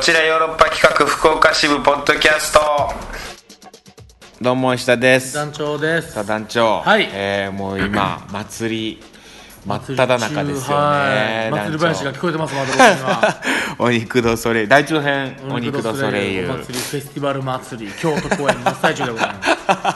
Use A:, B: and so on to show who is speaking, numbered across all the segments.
A: ちらヨーロッパ企画福岡支部ポッドキャストどうも石田です
B: 団長です
A: さあ団長、
B: はい
A: えーもう 今祭り真っ只中ですよ
B: は
A: ね
B: い祭り林が
A: 団
B: 聞こえてますまだ僕には
A: 長 お肉ドソレイ大長編お肉ドソレイユ
B: お祭りフェスティバル祭り京都公演真っ最中でございます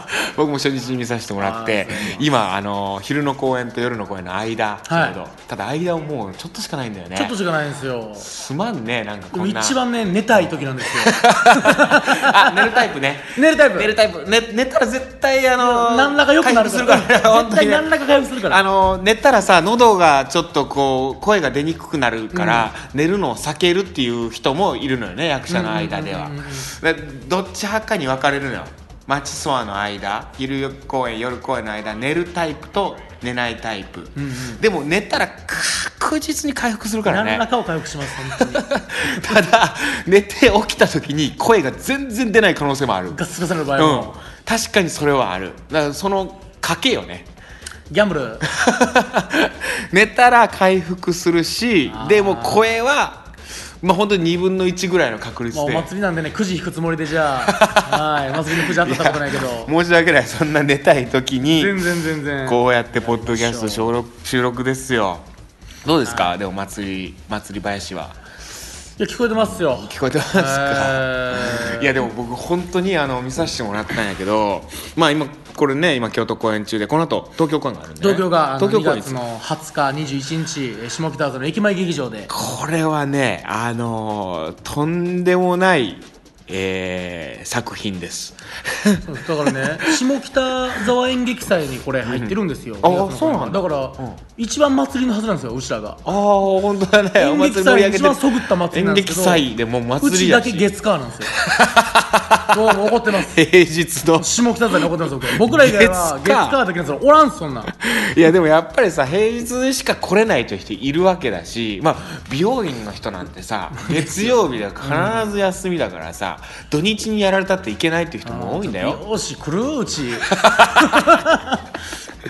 A: 僕も初日に見させてもらって
B: あーそう
A: 今あの昼の公演と夜の公演の間ちょ
B: はいう
A: どただ間をもうちょっとしかないんだよね
B: ちょっとしかないんですよ
A: すまんねなんか
B: で
A: こ
B: も
A: んな
B: 一番ね寝たい時なんですよ
A: あ寝るタイプね
B: 寝るタイプ
A: 寝るタイプ寝寝たら絶対あのー
B: 何らか良くなる
A: 回復するからね本
B: 絶
A: 当
B: 対
A: にね
B: 何らか回復するから
A: あの寝たらさ喉がちょっとこう声が出にくくなるから、寝るのを避けるっていう人もいるのよね役者の間では、でどっち派かに分かれるのよマチソワの間昼公演夜公演の間寝るタイプと寝ないタイプ、でも寝たら確実に回復するから
B: 何ら
A: ね
B: かを回復します本当 に
A: ただ寝て起きた時に声が全然出ない可能性もある
B: ガッスガスの場合
A: うん
B: も、
A: 確かにそれはあるだからその賭けよね
B: ギャンブル
A: 寝たら回復するしでも声はまあ本当に2分の1くらいの確率
B: まあお
A: で、
B: 祭りなんでねくじ引くつもりでじゃ あはいお祭りのくじ当たったことないけど
A: 申し訳ないそんな寝たい時に
B: 全然全然
A: こうやってポッドキャスト収録収録ですよどうですかでも祭り祭り林はい
B: や聞こえてますよ
A: 聞こえてますか、
B: え ー
A: いやでも僕本当にあの見させてもらったんやけどまあ今これね今京都公演中でこの後東京公演があるんでね、
B: 東京があの
A: 東京
B: 2
A: 公演いつ
B: 月の20日21日えー下北沢の駅前劇場で
A: これはね、あのーとんでもない、えー作品です。
B: そうですだからね 下北沢演劇祭にこれ入ってるんですよ、
A: あ
B: 2月の
A: そうなんだ
B: だから、一番祭りのはずなんですようちらが
A: ああ、本当だね。お祭
B: 演劇
A: り盛り上
B: 祭
A: げ
B: 一
A: て
B: 番そぐった祭りなんですけど
A: 演劇祭でもう祭り
B: う
A: だ
B: ち
A: し
B: だけ月火なんです よどうも怒ってます
A: 平日の。
B: 下北沢に怒ってますよ僕僕ら以外は
A: 月
B: 月
A: 火
B: 火だけなんですよおらんそんなん
A: いや、でもやっぱりさ、平日にしか来れないという人いるわけだし、まあ、美容院の人なんてさ、月曜日で必ず休みだからさ、土日にやられたっていけないっていう人も多いんだよ。
B: 美容師来るうち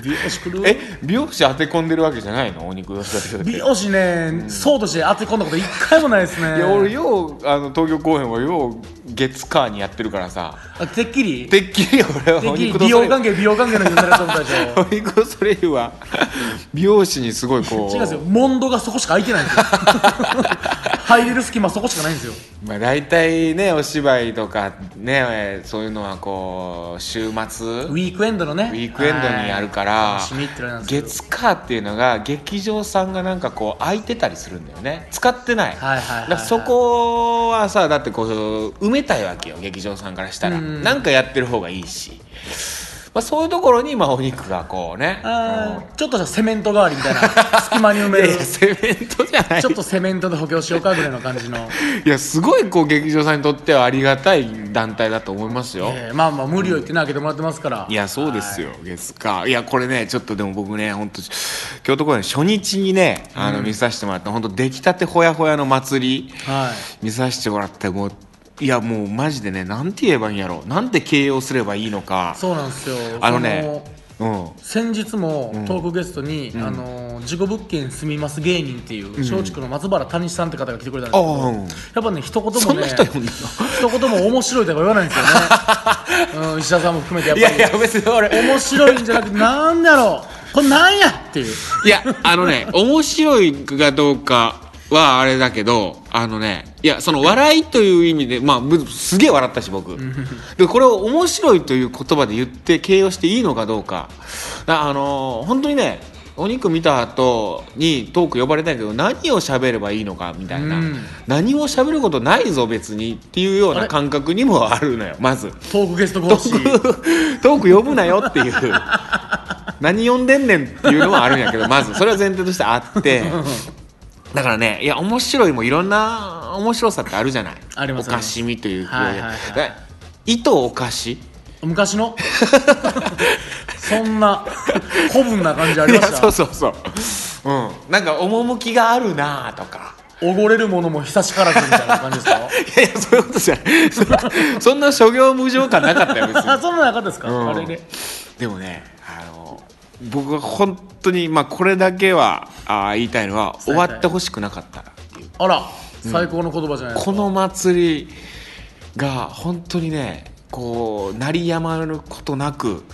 B: 美容師来る
A: え、美容師当て込んでるわけじゃないのお肉の人だけ
B: 美容師ね、そうとして当て込んだこと一回もないですね
A: いや、俺よう、あの、東京公演はよう、月火にやってるからさ、
B: あてっきり
A: てっきり俺は
B: てっ
A: お
B: きり
A: 肉の
B: 美
A: そ
B: 容
A: れ
B: 関係美容関係の人になると思ったでしょ
A: お肉のそれ湯は美容師にすごいこう
B: 違うんですよモンドがそこしか空いてないん ですよ入れる隙間そこしかないんですよ
A: まあ大体ねお芝居とかねえーそういうのはこう週末
B: ウ
A: ウィ
B: ィークエンドのね
A: ークエンドにやるから、
B: はい楽しみってのなんですけど
A: 月火っていうのが劇場さんがなんかこう空いてたりするんだよね使ってない,、
B: はいはいはいはい
A: だからそこはさだってこう埋めたいわけよ劇場さんからしたら
B: うん
A: なんかやってる方がいいし、まあ、そういうところにまあお肉がこうね
B: あーちょっとしたセメント代わりみたいな 隙間に埋
A: うん
B: め
A: い
B: る
A: やいや
B: ち
A: セメントじゃない
B: ょっとセメントで補強しようかぐらいの感じの、
A: いやすごいこう劇場さんにとってはありがたい団体だと思いますよ、
B: えーまあまあ無理を言ってないけどもらってますから
A: いやそうですよ、月火いやこれねちょっとでも僕ね本当京都公演初日にねあの見させてもらった本当出来たてほやほやの祭り
B: はい
A: 見させてもらってもういやもうマジでねなんて言えばいいんやろなんて形容すればいいのか
B: そうなんですよ
A: あのね
B: そ
A: うん
B: 先日もトークゲストに、あの自己物件住みます芸人っていう松竹の松原谷さんって方が来てくれたんですけど、
A: ああうん
B: やっぱね一言もね
A: そんな人呼んだ
B: 一言も面白いとか言わないんです よね、うん、石田さんも含めてやっ
A: い
B: ぱ
A: や
B: り
A: いや別に俺
B: 面白いんじゃなくてなんだろうこれなんやっていう
A: いや、あのね、面白いかどうかはあれだけど、あのね、いや、その笑いという意味で、まあぶ、すげえ笑ったし、僕。で、これを面白いという言葉で言って形容していいのかどうか。だあのー本当にね、お肉見た後にトーク呼ばれたけど、何を喋ればいいのか、みたいな。
B: うん
A: 何も喋ることないぞ、別に。っていうような感覚にもあるのよ、まず。
B: トークゲスト
A: ト
B: 講師
A: ー ク、トーク呼ぶなよっていう。何読んでんねんっていうのはあるんやけど、まず、それは前提としてあって。だからね、いや、面白いもいろんな面白さってあるじゃない。
B: あります
A: おかしみという表現。
B: はいはいはい
A: だから糸おかし
B: 昔のそんな古文な感じありまし
A: いや そう
B: た
A: そうそう。うん。なんか、趣があるなとか。
B: おごれるものも久しからずみたいな感じですか
A: いやいや、 そういうことじゃない。そんなそんな諸行無常感なかったよ、別に。
B: あそんな中ですか、
A: うん
B: あれで
A: でもねあの僕は本当にまあこれだけはあー言いたいのは終
B: 伝えた
A: わ
B: い
A: ってほしくなかったなっていう
B: あら最高の言葉じゃないですか
A: この祭りが本当にねこう鳴りやまることなく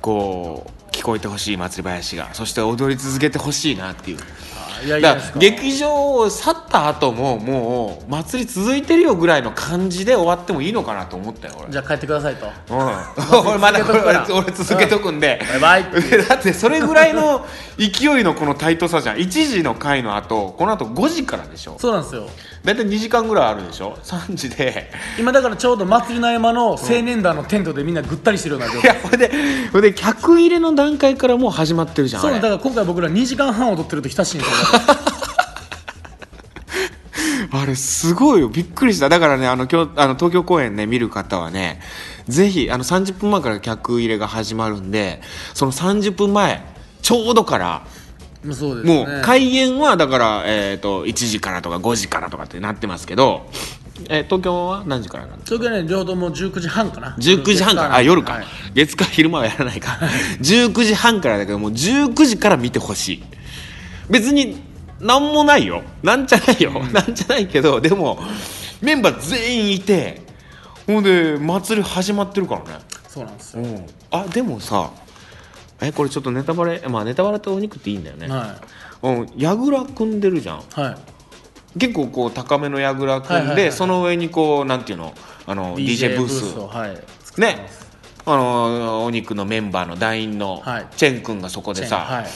A: こう聞こえてほしい祭り林がそして踊り続けてほしいなっていう
B: あーいやい
A: だ
B: やで
A: か
B: す
A: ら
B: か
A: 劇場を去った後ももう祭り続いてるよぐらいの感じで終わってもいいのかなと思ったよ俺
B: じゃあ帰ってくださいと
A: うん、俺 まだこれ俺俺続けとくんで、
B: バイバ イって
A: だってそれぐらいの勢いのこのタイトさじゃん1時の回の後この後5時からでしょ
B: そうなんですよ
A: 大体2時間ぐらいあるでしょ3時で
B: 今だからちょうど祭りの合間の青年団のテントでみんなぐったりしてるような状
A: い
B: 態
A: やほれでほれで客入れの段階からもう始まってるじゃん
B: そう
A: あれ
B: なんだから今回僕ら2時間半踊ってると親しいんですよだから
A: あれすごいよびっくりしただからねあの今日あの東京公演ね見る方はねぜひあの30分前から客入れが始まるんでその30分前ちょうどから
B: もうそうですね
A: もう開演はだから、えー、と1時からとか5時からとかってなってますけど、えー東京は何時からなんですか
B: 東京ね両方とも19時半かな
A: 19時半からあ夜か、
B: はい
A: 月か昼間はやらないか 19時半からだけどもう19時から見てほしい別に何もないよなんじゃないよ、なんじゃないけどでもメンバー全員いてほんで祭り始まってるからね
B: そうなんです
A: う
B: よ、
A: んあでもさえこれちょっとネタバレまあネタバレとお肉っていいんだよね、
B: は
A: うん矢倉組んでるじゃん
B: いはい
A: 結構こう高めの矢倉組んで、
B: はいはいはい
A: その上にこうなんていうのあの DJ ブース
B: をはい作って
A: ね
B: ます
A: あのお肉のメンバーの団員の
B: はい
A: チェン君がそこでさ、
B: チェンはい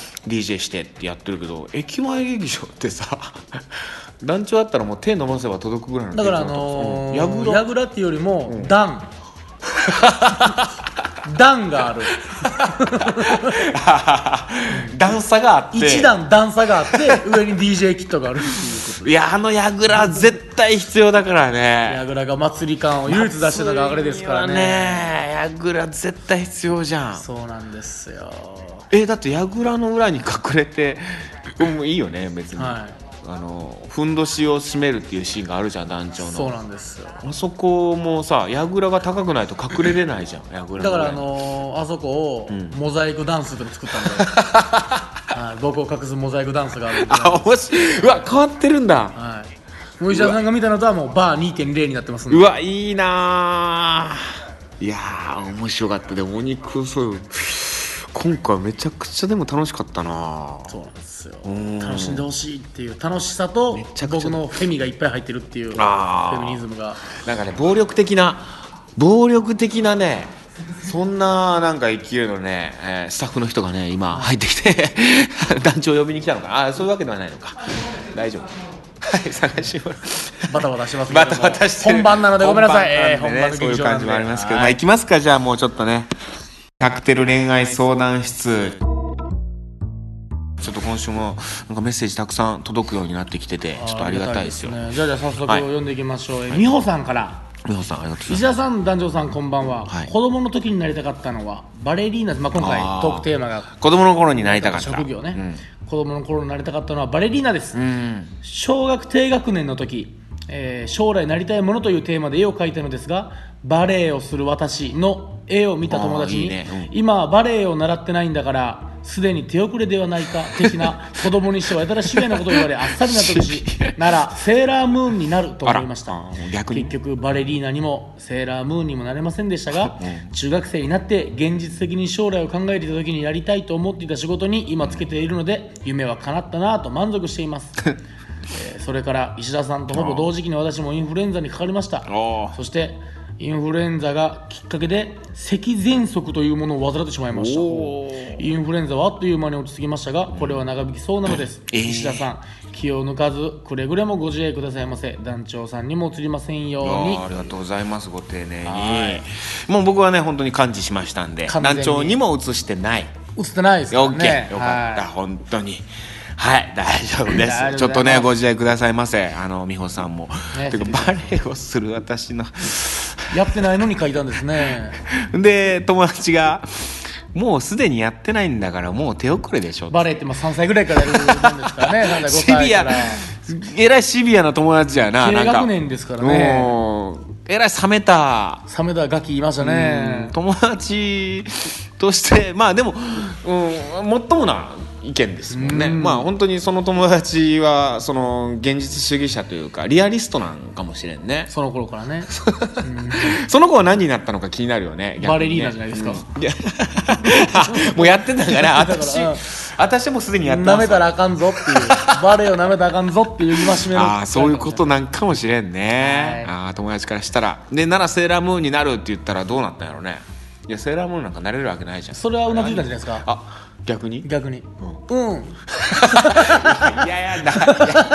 A: DJ してってやってるけど駅前劇場ってさ 団長あったらもう手伸ばせば届くぐらいの
B: だからあのー、
A: やぐら
B: 櫓っていうよりも 段、段がある
A: 段差があって
B: 一段段差があって上に DJ キットがあるっていうこ
A: いやあの矢倉絶対必要だから
B: と
A: ね
B: 矢倉が祭り感を唯一出してたのがあれですからね
A: ね矢倉絶対必要じゃん
B: そうなんですよ
A: えだって櫓の裏に隠れてもういいよね別に、
B: は
A: あのふんどしを締めるっていうシーンがあるじゃん団長の
B: そうなんですよ
A: あそこもさ櫓が高くないと隠れれないじゃん櫓の裏に
B: だからあのーあそこをモザイクダンスっての作ったんだよ、 はい、僕を隠すモザイクダンスがあるんで、
A: あ面白いうわ変わってるんだ
B: はい、もう石田さんが見たのとはもうバー2.0になってますんで
A: うわいいなーいやー面白かったでもお肉そう今回めちゃくちゃでも楽しかったな
B: そうなんですよ
A: ん
B: 楽しんでほしいっていう楽しさと
A: めちゃくちゃ
B: 僕のフェミがいっぱい入ってるっていうフ
A: あー
B: ェミニズムが
A: なんかね暴力的な暴力的なねそんななんか勢いのね、えースタッフの人がね今入ってきて 団長呼びに来たのかあーそういうわけではないのか大丈夫はい探し物
B: バタバタしてますけれ
A: バ
B: ども
A: タバタしてる
B: 本番なのでごめんなさいえー
A: 本番
B: 本
A: なん
B: 番の
A: でねそうい
B: 劇
A: う
B: 場な
A: 感
B: ん
A: じ
B: で
A: もありますけど、ま
B: は
A: あ
B: い
A: 行きますかじゃあもうちょっとねカクテル恋愛相談室ちょっと今週もなんかメッセージたくさん届くようになってきててちょっとありがたいですよ
B: ねじゃあじゃあ早速
A: はい
B: 読んでいきましょうえー美穂さんから、
A: 美穂さんありがとうございます
B: 石田さん、男女さん、こんばんは、
A: はい
B: 子供の時になりたかったのは、バレリーナ、まあ、今回
A: あー、
B: トークテーマが
A: 子供の頃になりたかった
B: 職業ね、子供の頃になりたかったのは、バレリーナです
A: う。ん
B: 小学低学年の時、えー将来なりたいものというテーマで絵を描いたのですがバレエをする私の絵を見た友達に
A: あーいいねう
B: 今はバレエを習ってないんだからすでに手遅れではないか的な子供にしてはやたらシビアなことを言われあっさり納 得しならセーラームーンになると思いまし
A: あら
B: た
A: あー逆に
B: 結局バレリーナにもセーラームーンにもなれませんでしたが、中学生になって現実的に将来を考えていた時にやりたいと思っていた仕事に今つけているので夢は叶ったなぁと満足しています、えーそれから石田さんとほぼ同時期に私もインフルエンザにかかりました
A: おー
B: そしてインフルエンザがきっかけで咳喘息というものを患ってしまいました
A: おー
B: インフルエンザはあっという間に落ち着きましたがこれは長引きそうなのです、
A: えー
B: 石田さん気を抜かずくれぐれもご自愛くださいませ団長さんにも移りませんように
A: あーありがとうございますご丁寧
B: は
A: にもう僕はね本当に感知しましたんで
B: 完全
A: 団
B: に
A: 長にも移してない
B: 映ってないですから
A: よ OK、
B: ね
A: よかった、
B: は
A: 本当にはい大丈夫で
B: あ
A: す
B: りが
A: ち
B: と
A: ょ
B: う
A: っと
B: ございます
A: ねご自愛くださいませあの美穂さんも、
B: ね
A: てかバレエをする私の
B: いやってないのに書いたんですね
A: で友達がもうすでにやってないんだからもう手遅れでしょ
B: バレエってまあ3歳ぐらいからやるもんですからね3歳5
A: シ
B: 歳
A: ビ
B: か
A: ア
B: ら
A: えらいシビアな友達やな
B: 低
A: なんか
B: 学年ですからね
A: もうえらい冷めた
B: サメダガキいましたね
A: 友達としてまあでも、うん、もっともな意見ですもんね
B: うん
A: まあ本当にその友達はその現実主義者というかリアリストなんかもしれんね
B: その頃か らね
A: その子は何になったのか気になるよね逆にね
B: バレリーナじゃないですか
A: うんいやもうや ってたから
B: やってた
A: 私
B: から
A: 私もすでにやって
B: 舐
A: ま
B: め
A: す
B: たらあかんぞっていう バレエを舐めたらあかんぞっていう戒めの
A: ああそういうことなんかもしれんね、
B: は
A: ああ友達からしたらでならセーラームーンになるって言ったらどうなったんやろうねいやセーラームーンなんかなれるわけないじゃん
B: それはうなずいたんじゃないですか
A: あ逆に い
B: 逆にうん
A: やいやだいや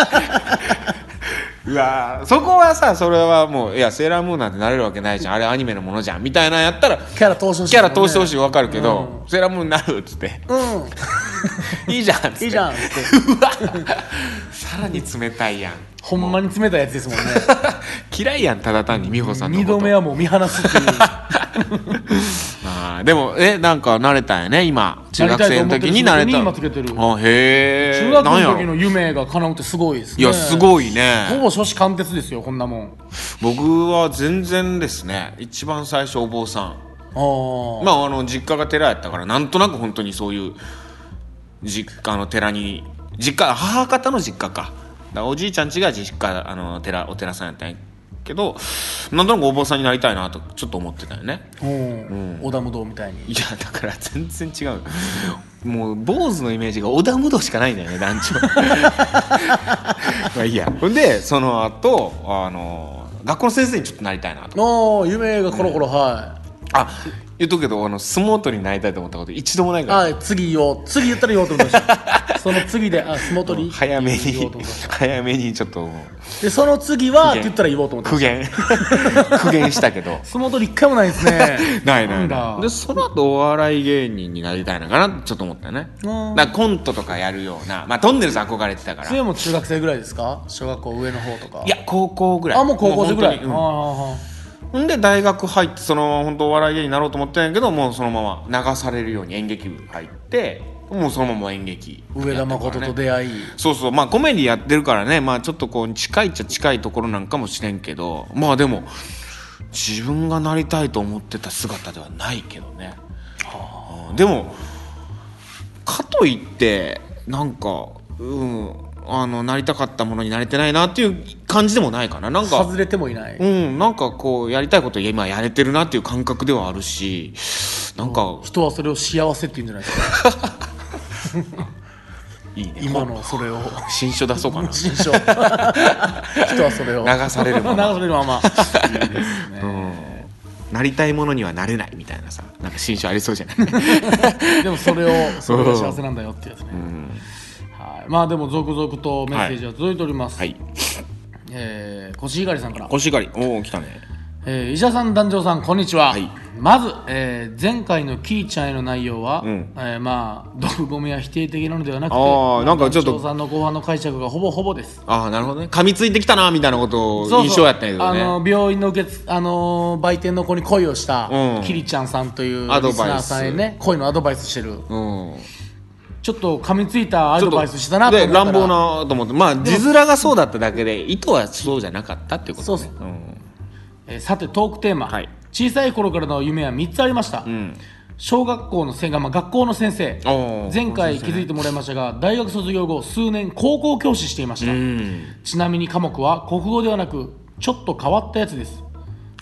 A: うわーそこはさそれはもういやセーラームーンなんてなれるわけないじゃんあれアニメのものじゃんみたいなのやったら
B: キャラ通してほしい
A: キャラ通してほしいわかるけど、セーラームーンになるっつって
B: うん
A: いいじゃんっつって
B: いいじゃんっつって
A: うわさらに冷たいやん
B: ほんまに冷たいやつですもんね
A: 嫌いやんただ単に美穂さんのこ
B: 二
A: と
B: 度目はもう見放すっていう
A: あーでもえなんか慣れたんやね今中学生の時に慣
B: な
A: れ
B: り
A: た
B: たいと思ってる人に今つけてる
A: あ へえ
B: 中学の時
A: やろ
B: の夢が叶うってすごいです
A: い
B: ね
A: やす
B: い
A: ごい
B: ほ
A: ね
B: ぼ初子貫徹ですよこんなもん
A: 僕は全然ですね一番最初お坊さん
B: ああ
A: まああの実家が寺やったからなんとなく本当にそういう実家の寺に実家母方の実家かだからおじいちゃん家が実家あの寺お寺さんやったんやけどなんとなくお坊さんになりたいなとちょっと思ってたよね
B: うん織田無道みたいに
A: いやだから全然違うもう坊主のイメージが織田無道しかないんだよね団 長まあいいやほんでその後あの学校の先生にちょっとなりたいなと
B: ああ夢がコロコロは
A: あ言っとくけどあの相撲取りになりたいと思ったこと一度もない
B: い
A: から
B: はい次言おう次言ったら言おうと思いまし たその次であ相撲取り
A: 早め
B: 言おう
A: に
B: と思いまし
A: 早めにちょっと
B: たでその次はって言ったら言おうと思って
A: 苦言 苦言したけど
B: 相撲取り一回もないですね
A: ないない
B: な
A: なんい
B: だ
A: でその後お笑い芸人になりたいのかなってちょっと思ったよね
B: うん
A: だからコントとかやるようなまあトンネルズ憧れてたから
B: それも中学生ぐらいですか小学校上の方とか
A: いや高校ぐらい
B: あもう高校生ぐらい
A: もう本当にうん
B: ああ
A: ほんで大学入ってそのまま本当お笑い芸人になろうと思ってんやけどもうそのまま流されるように演劇部入ってもうそのまま演劇
B: ああ上田誠と出会い
A: そうそうまあコメディやってるからねまあちょっとこう近いっちゃ近いところなんかもしれんけどまあでも自分がなりたいと思ってた姿ではないけどねうんでもかといってなんかうんあのなりたかったものになれてないなっていう感じでもないかななんか
B: 外れてもいない
A: うん、なんかこうやりたいこと今やれてるなっていう感覚ではあるしなんか
B: 人はそれを幸せって言うんじゃないですか
A: いいね
B: 今のそれを
A: 新書出そうかな
B: 新書人はそれを
A: 流されるまま
B: 流されるま まいいですね
A: なりたいものにはなれないみたいなさなんか新書ありそうじゃない
B: でもそれをそれが幸せなんだよってやつね、はいまあでも続々とメッセージは届いております、
A: はい
B: えーコシヒカリさんから
A: 腰狩りおお来たね
B: えー、医者さん、団長さん、こんにちは。
A: い
B: まず、えー前回のキーちゃんへの内容は、
A: ん
B: えーまあ、毒ゴミは否定的なのではなくて、
A: あーなんかちょっと
B: 団長さんの後半の解釈がほぼほぼです。
A: ああなるほどね噛みついてきたなみたいなこと
B: そ
A: を
B: うそう
A: 印象やったんやけどね
B: あの病院の受けつあのー売店の子に恋をした、
A: うん
B: キリちゃんさんというリス
A: アドバ
B: ナー
A: イス
B: さんへね恋のアドバイスしてる
A: うん
B: ちょっと噛みついたア
A: ちょっ
B: ド
A: と
B: バイスしたなと思
A: で
B: ったら
A: 乱暴なと思ってまあ字面がそうだっただけで意図はそうじゃなかったっていうことね
B: そう
A: うん
B: えーさてトークテーマ、
A: はい
B: 小さい頃からの夢は3つありました、小学校の先生、まあ、学校の先生
A: おー
B: 前回気づいてもらいましたが大学卒業後数年高校教師していました、ちなみに科目は国語ではなくちょっと変わったやつです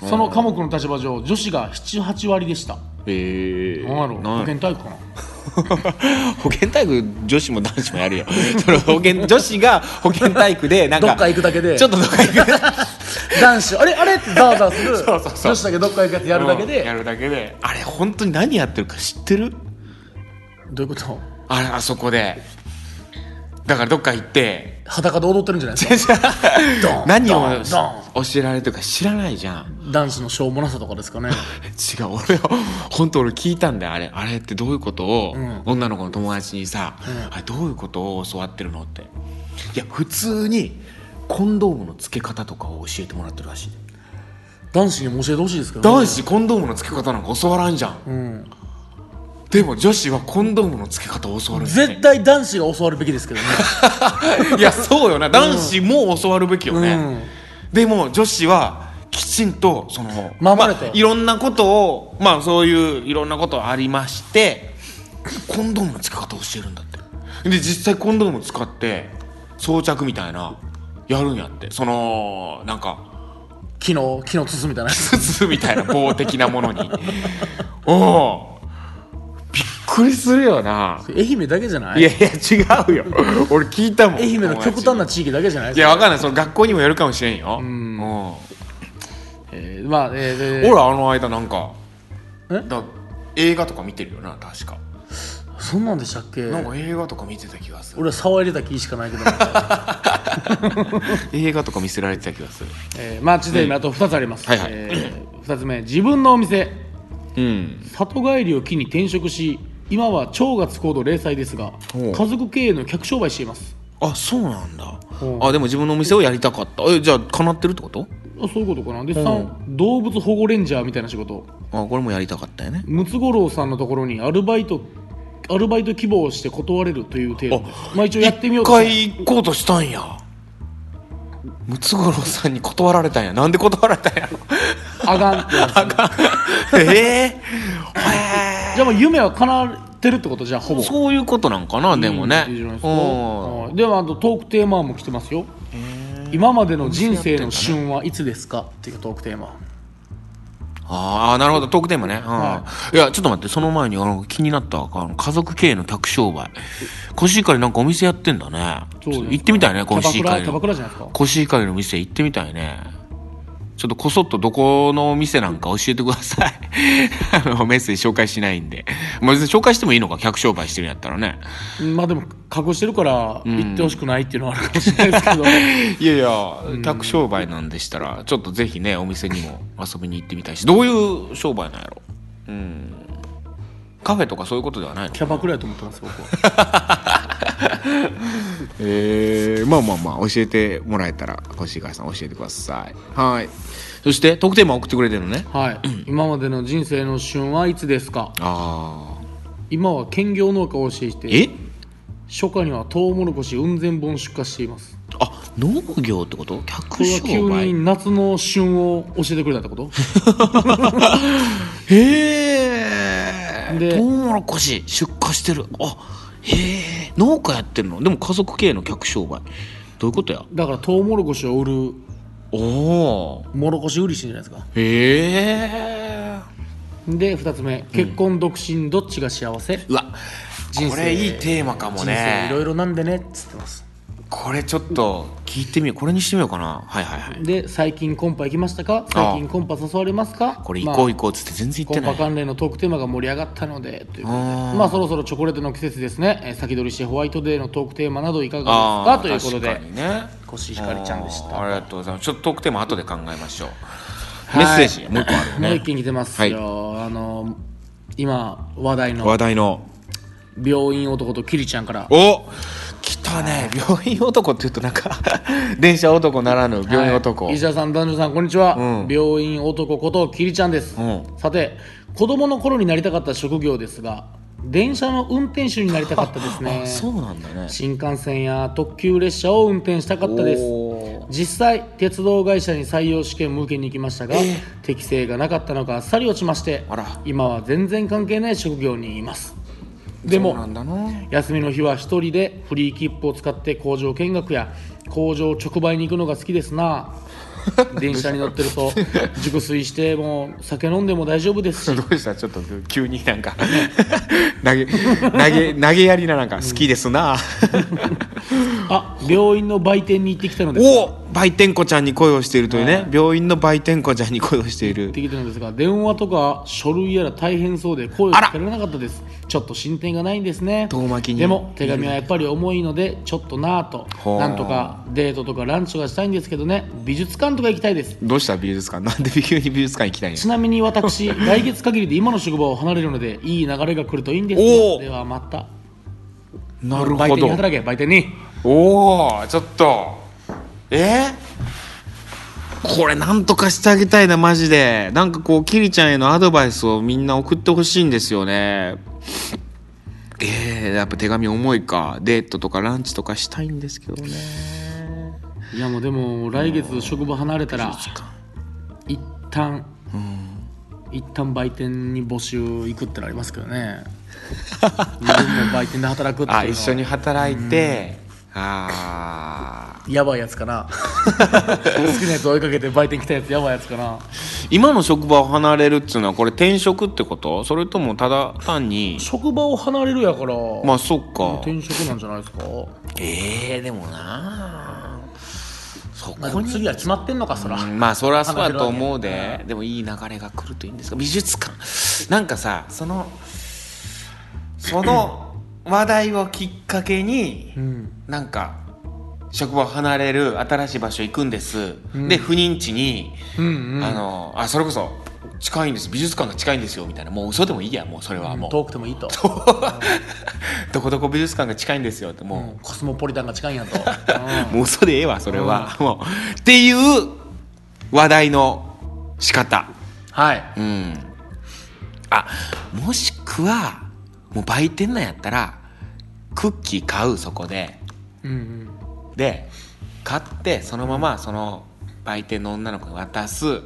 B: その科目の立場上女子が78割でした
A: へえ
B: 何やろう保健体育かな
A: 保健体育女子も男子もやるよ その保健女子が保健体育でなんか
B: どっか行くだけで
A: ちょっとどっか行く
B: 男子あれあれってザワザワす る
A: そうそうそう
B: 女子だけどっか行くやつやるだけで、
A: うんやるだけであれ本当に何やってるか知ってる
B: どういうこと
A: あれあそこでだからどっか行って
B: 裸で踊ってるんじゃないですかドン
A: 何
B: ド
A: を
B: ン
A: し
B: ドン
A: 教えられてるか知らないじゃん
B: 男子のしょうもなさとかですかね
A: 違う俺は本当俺聞いたんだよあれあれってどういうことを、女の子の友達にさ、あれどういうことを教わってるのっていや普通にコンドームの付け方とかを教えてもらってるらしい
B: 男子にも教えてほしいですけど、ね、
A: 男子コンドームの付け方なんか教わらんじゃん、
B: ん
A: でも女子はコンドームの付け方を教わるんだよね
B: 絶対男子が教わるべきですけどね
A: いやそうよな男子も教わるべきよね、
B: うん
A: でも女子はきちんとその
B: 守れと
A: まあいろんなことをまあそういういろんなことありましてコンドームの付け方を教えるんだってで実際コンドーム使って装着みたいなやるんやってそのなんか
B: 木の木の筒みたいな
A: 筒みたいな棒的なもの におおびっくりするよな
B: 愛媛だけじゃない
A: いやいや違うよ 俺聞いたもん
B: 愛媛の極端
A: 友
B: な地域だけじゃない
A: 達いやわかんないその学校にもよるかもしれんようん
B: えーまあえー、で
A: 俺あの間なんか
B: え
A: だ映画とか見てるよな確か
B: そんなんでしたっけ
A: なんか映画とか見てた気がする
B: 俺は触れた気しかないけど、
A: 映画とか見せられてた気がする
B: えー、マーチデームあと2つあります、
A: はいはい
B: えー、2つ目自分のお店
A: うん
B: 里帰りを機に転職し今は超月高度零細ですが
A: おう
B: 家族経営の客商売しています
A: あそうなんだ
B: うん
A: あでも自分のお店をやりたかったえじゃあ叶ってるってこと
B: あそういうことかなで3動物保護レンジャーみたいな仕事
A: あこれもやりたかったよね
B: ムツゴロウさんのところにアルバイトアルバイト希望をして断れるという程度ですまあ一応やってみよう
A: 一
B: と
A: 回行こうとしたんやムツゴロウさんに断られたんやなんで断られ たんやろ
B: あがんってやつ
A: ええ
B: じゃあもう夢は叶ってるってことじゃあほぼ
A: そういうことなんかなでもね
B: いいじゃないですか
A: うん
B: はいでもあとトークテーマも来てますよ今までの人生の旬はいつですかっていうトークテーマ
A: ああなるほどトークテーマね、うんい、やちょっと待ってその前にあの気になったあの家族経営の客商売コシヒカリなんかお店やってんだね
B: そうですね
A: 行ってみたいね
B: キ
A: コシヒ
B: ャバ
A: カ
B: クラ
A: リ
B: キャバ
A: の
B: クラじゃないですか
A: コシヒカリの店行ってみたいねちょっとこそっとどこのお店なんか教えてください あのメッセージ紹介しないんで、まあ、別に紹介してもいいのか客商売してるんやったらね
B: まあでも隠してるから言ってほしくないっていうのはあるかもしれないですけど
A: いやいや客商売なんでしたらちょっとぜひねお店にも遊びに行ってみたいしどういう商売なんやろうんカフェとかそういうことではないの
B: キャバクラやと思ってます僕は
A: えー、まあまあまあ教えてもらえたら越川さん教えてくださいはいそして特テーマ送ってくれてるのね
B: はい今までの人生の旬はいつですか
A: ああ
B: 今は兼業農家をしていて
A: え
B: 初夏にはトウモロコシ雲仙本を出荷しています
A: あ農業ってこと客
B: これは急
A: 商
B: に
A: 売
B: 夏の旬を教えてくれたってこと
A: へえ
B: で
A: トウモロコシ出荷してるあへえ農家やってるのでも家族経営の客商売どういうことや
B: だからトウモロコシを売る
A: おお
B: もろこし売りしてんじゃないですか
A: へえ
B: で2つ目結婚独身どっちが幸せ、
A: うわ
B: 人生
A: これいいテーマかも
B: 人生い
A: ね
B: ろいろなんでねっつってます
A: これちょっと聞いてみようこれにしてみようかなはいはいはい
B: で最近コンパ行きましたか最近コンパ誘われますか
A: これ行こう
B: ま
A: 行こうっつって全然
B: あ
A: 言ってな
B: コンパ
A: い。
B: 関連のトークテーマが盛り上がったのでということで
A: あー
B: まあそろそろチョコレートの季節ですね、えー先取りしてホワイトデーのトークテーマなどいかが
A: ー
B: ですかということ
A: 確か
B: で
A: にね。
B: コシヒカリちゃんでした
A: あーありがとうございます。ちょっとトークテーマ後で考えましょう。
B: い
A: メッセージもう一個あるよ
B: もう一
A: ね。
B: 件来てますよ、あの今話題の
A: 話題の
B: 病院男とキリちゃんから
A: お来たね病院男って言うとなんか 電車男ならぬ病院男。
B: はい、石田さん男女さんこんにちは、
A: うん
B: 病院男ことキリちゃんです、
A: うん
B: さて子供の頃になりたかった職業ですが電車の運転手になりたかったですね
A: あそうなんだね。
B: 新幹線や特急列車を運転したかったです
A: お
B: 実際鉄道会社に採用試験も受けに行きましたが、適性がなかったのかあっさり落ちまして
A: あら
B: 今は全然関係ない職業にいますで
A: そう
B: も
A: なんだな。
B: 休みの日は一人でフリー切符を使って工場見学や工場直売に行くのが好きで すな電車に乗ってると熟睡してもう酒飲んでも大丈夫ですし
A: どうしたちょっと急になんか投げ投げ投げやりななんか好きですな。
B: あ病院の売店に行ってきたのですが
A: お売店子ちゃんに恋をしているというね病院の売店子ちゃんに恋をしている
B: 行ってきたのですが電話とか書類やら大変そうで声を
A: あら
B: かけられなかったですちょっと進展がないんですね
A: 遠巻きに
B: でも手紙はやっぱり重いのでちょっとなぁと
A: ほう
B: なんとかデートとかランチとかしたいんですけどね美術館とか行きたいです
A: どうした美術館なんで急に美術館行きたいんや
B: ちなみに私来月限りで今の職場を離れるのでいい流れが来るといいんです
A: お
B: よ
A: ー
B: ではまた
A: なる
B: 売
A: ほ
B: 店
A: ど
B: に働け売店に
A: おおちょっとえー、これなんとかしてあげたいなマジでなんかこうキリちゃんへのアドバイスをみんな送ってほしいんですよねえー、やっぱ手紙重いかデートとかランチとかしたいんですけどね
B: いやもうでも来月職場離れたら一旦一旦売店に募集行くってのありますけどね自分も売店で働くっていうのは
A: あ一緒に働いてああ
B: やばいやつかな好きなやつ追いかけて売店来たやつやばいやつかな
A: 今の職場を離れるっていうのはこれ転職ってことそれともただ単に
B: 職場を離れるやから
A: まあそっか
B: 転職なんじゃないですか
A: ええでもなそ
B: まあでも次は決まってんのかそら、
A: うんまあそりゃそうだと思うででもいい流れが来るといいんですが美術館なんかさその その話題をきっかけに、
B: うん
A: なんか職場を離れる新しい場所行くんです、で不妊地に、
B: うんうん
A: あのあそれこそ近いんです美術館が近いんですよみたいなもう嘘でもいいやもうそれはもう、
B: 遠くてもいいと、
A: どこどこ美術館が近いんですよってもう、
B: うんコスモポリタンが近いんやと、
A: もう嘘でええわそれは、もうっていう話題の仕方
B: はい
A: うんあもしくはもう売店なんやったらクッキー買うそこで
B: うんうん
A: で買ってそのままその売店の女の子に渡す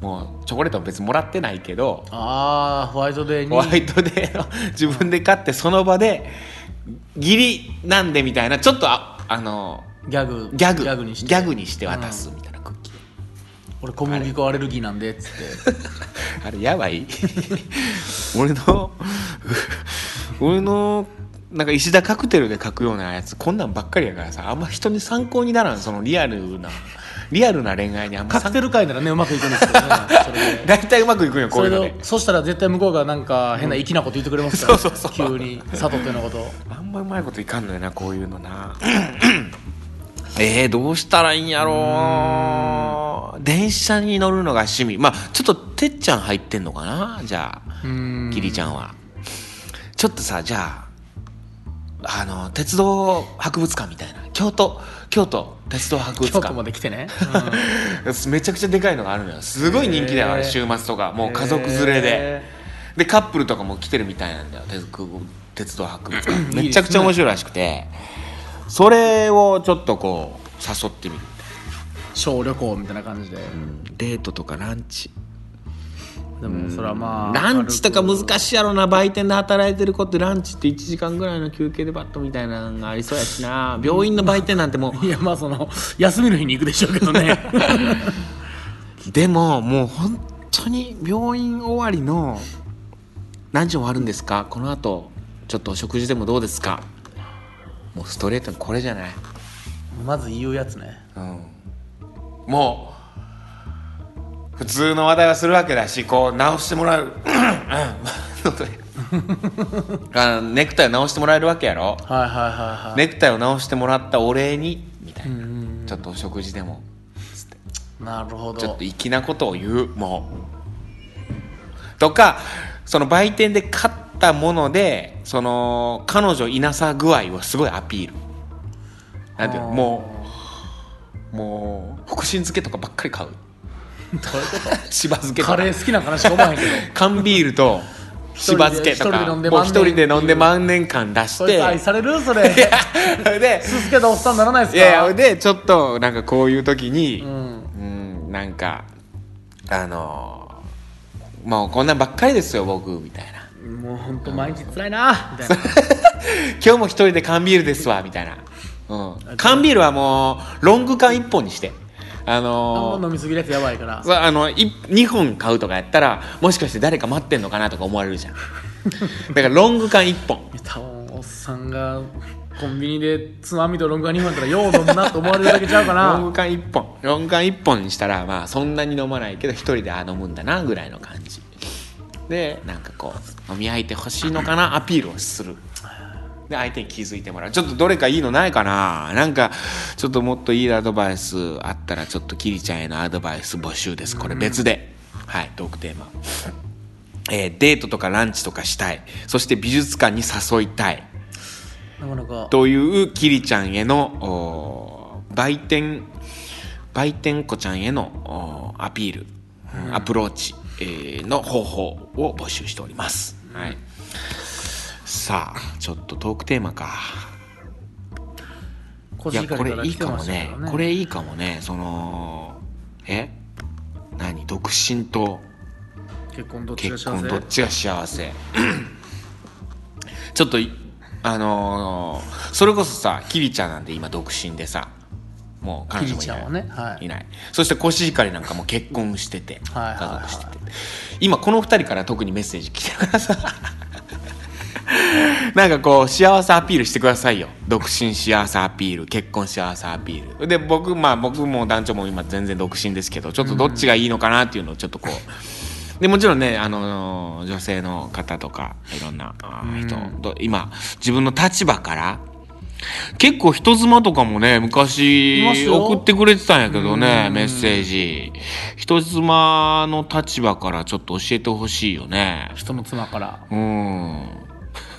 A: もうチョコレートも別にもらってないけど
B: ああホワイトデーに
A: ホワイトデーの 自分で買ってその場で義理なんでみたいなちょっとああの
B: ギャグ
A: ギャグ
B: ギャグにして
A: 渡すみたいなクッキー、
B: 俺小麦粉アレルギーなんでっつって
A: あれやばい俺の俺のなんか石田カクテルで書くようなやつこんなんばっかりやからさあんま人に参考にならんそのリアルなリアルな恋愛にあんま
B: カ
A: 参
B: クテル界ならねうまくいくんですけどね それで
A: 大体うまくいくんよこ
B: そう
A: い
B: れ
A: うの
B: で
A: ね
B: そしたら絶対向こうがなんか変な粋なこと言ってくれますから、
A: そうそうそう
B: 急に佐藤ってのこと
A: あんまうまいこといかんのよなこういうのな えー、どうしたらいいんやろう電車に乗るのが趣味まあちょっとてっちゃん入ってんのかなじゃあ
B: うーん
A: キリちゃんはちょっとさじゃああの鉄道博物館みたいな京都京都鉄道博物
B: 京都ま
A: 館
B: で来て ね、
A: めちゃくちゃでかいのがあるのよすごい人気だよ、
B: へー
A: あれ週末とかもう家族連れで
B: へ
A: でカップルとかも来てるみたいなんだよ鉄鉄道博物館
B: ね
A: めちゃくちゃ面 白いらしくてそれをちょっとこう誘ってみる、
B: うん小旅行みたいな感じで、
A: デートとかランチ
B: でもそれはまあ
A: ランチとか
B: 軽く
A: 難しいやろな売店で働いてる子ってランチって1時間ぐらいの休憩でバットみたいなのがありそうやしな 病院の売店なんても
B: いやまあその休みの日に行くでしょうけどね
A: うでももう本当に病院終わりの何時終わるんですかこの後ちょっとお食事でもどうですかもうストレートにこれじゃない、
B: まず言うやつね
A: うん、もう普通の話題はするわけだしこう直してもらう あネクタイを直してもらえるわけやろ
B: はいはいはいはい、
A: ネクタイを直してもらったお礼にみたいなちょっとお食事でも
B: なるほど
A: ち ょっと粋なことを言うもうとかその売店で買ったものでその彼女いなさ具合をすごいアピールなんていうの
B: あー
A: もうもう福神漬けとかばっかり買う
B: どういうこと
A: しば漬けと
B: カ
A: か
B: レー好きなんかなしか思わへ んけど
A: 缶ビールとしば漬けとか
B: 一人で
A: もう一人で飲んで
B: ま
A: 万年間出し
B: そい
A: て
B: つ愛されるそれす
A: です
B: けどおっさんにならないです
A: い
B: か
A: やいやでちょっとなんかこういう時に、
B: うん
A: うん、なんか、あのーもうこんなんばっかりですよ、僕、みたいな。
B: もう本当毎日辛いなみたいな
A: 今日も一人で缶ビールですわ、みたいな。うん。缶ビールはもう、ロング缶一本にして。あ
B: あ
A: のー
B: んま飲みすぎるやつやばいから
A: そうあのい2本買うとかやったらもしかして誰か待ってんのかなとか思われるじゃん だからロング缶1本
B: 多分おっさんがコンビニでつまみとロングアニマルからよう飲むなと思われるだけちゃうか
A: ロン グ
B: な
A: 缶1本ロング缶1本にしたらまあそんなに飲まないけど一人であ飲むんだなぐらいの感じでなんかこう飲み相手欲しいのかなアピールをするで相手に気づいてもらうちょっとどれかいいのないかななんかちょっともっといいアドバイスあったらちょっとキリちゃんへのアドバイス募集ですこれ別で、はいトークテーマえーデートとかランチとかしたいそして美術館に誘いたい
B: なかなか
A: というキリちゃんへのおー売店売店子ちゃんへのおーアピール、アプローチ、えーの方法を募集しております、はい、さあちょっとトークテーマか
B: コ
A: い
B: シ
A: や
B: ヒカ
A: こ
B: リ
A: れ
B: から
A: いい
B: 来て
A: か
B: ま
A: も
B: したけ
A: ね
B: どね
A: これいいかもねそのえ何独身と
B: 結婚どっちが
A: 結
B: 幸
A: 婚
B: せ
A: どっちが幸せ ちょっといあのーそれこそさキリちゃんなんて今独身でさもう彼女もい
B: キリち
A: な
B: ゃん
A: い
B: はねはい
A: いないそしてコシヒカリなんかも結婚してて
B: はいはいはい
A: 家族してて今この二人から特にメッセージ来てるからさ なんかこう幸せアピールしてくださいよ独身幸せアピール結婚幸せアピールで僕まあ僕も団長も今全然独身ですけどちょっとどっちがいいのかなっていうのをちょっとこう、でもちろんね、あの女性の方とかいろんなあー人、ど今自分の立場から結構人妻とかもね昔
B: いますよ
A: 送ってくれてたんやけどねメッセージ人妻の立場からちょっと教えてほしいよね
B: 人の妻から
A: うん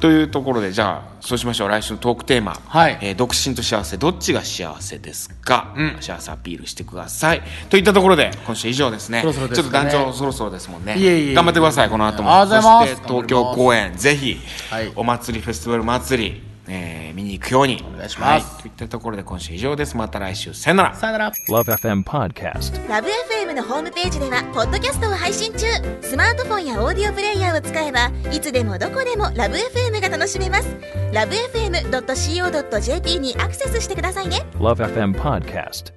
A: というところでじゃあそうしましょう来週のトークテーマ、
B: はい
A: えー独身と幸せどっちが幸せですか、
B: うん
A: 幸せアピールしてくださいといったところで今週以上ですね
B: そろそろです
A: ちょ
B: か
A: っ
B: ね
A: と団長そろそろですもんね
B: いえいえいえ
A: 頑張ってくださいこの後も
B: ありがとうございます
A: そして東京公演ぜひ、
B: はい
A: お祭りフェスティバル祭り、えー見に行くようにお
B: 願いします
A: といったところで今週以上ですまた来週さよなら
B: さよなら
C: Love FM Podcast.
D: ラブ f m のホームページではポッドキャストを配信中スマートフォンやオーディオプレイヤーを使えばいつでもどこでもラブ f m が楽しめますラブ FM.co.jp にアクセスしてくださいね
C: Love FM Podcast.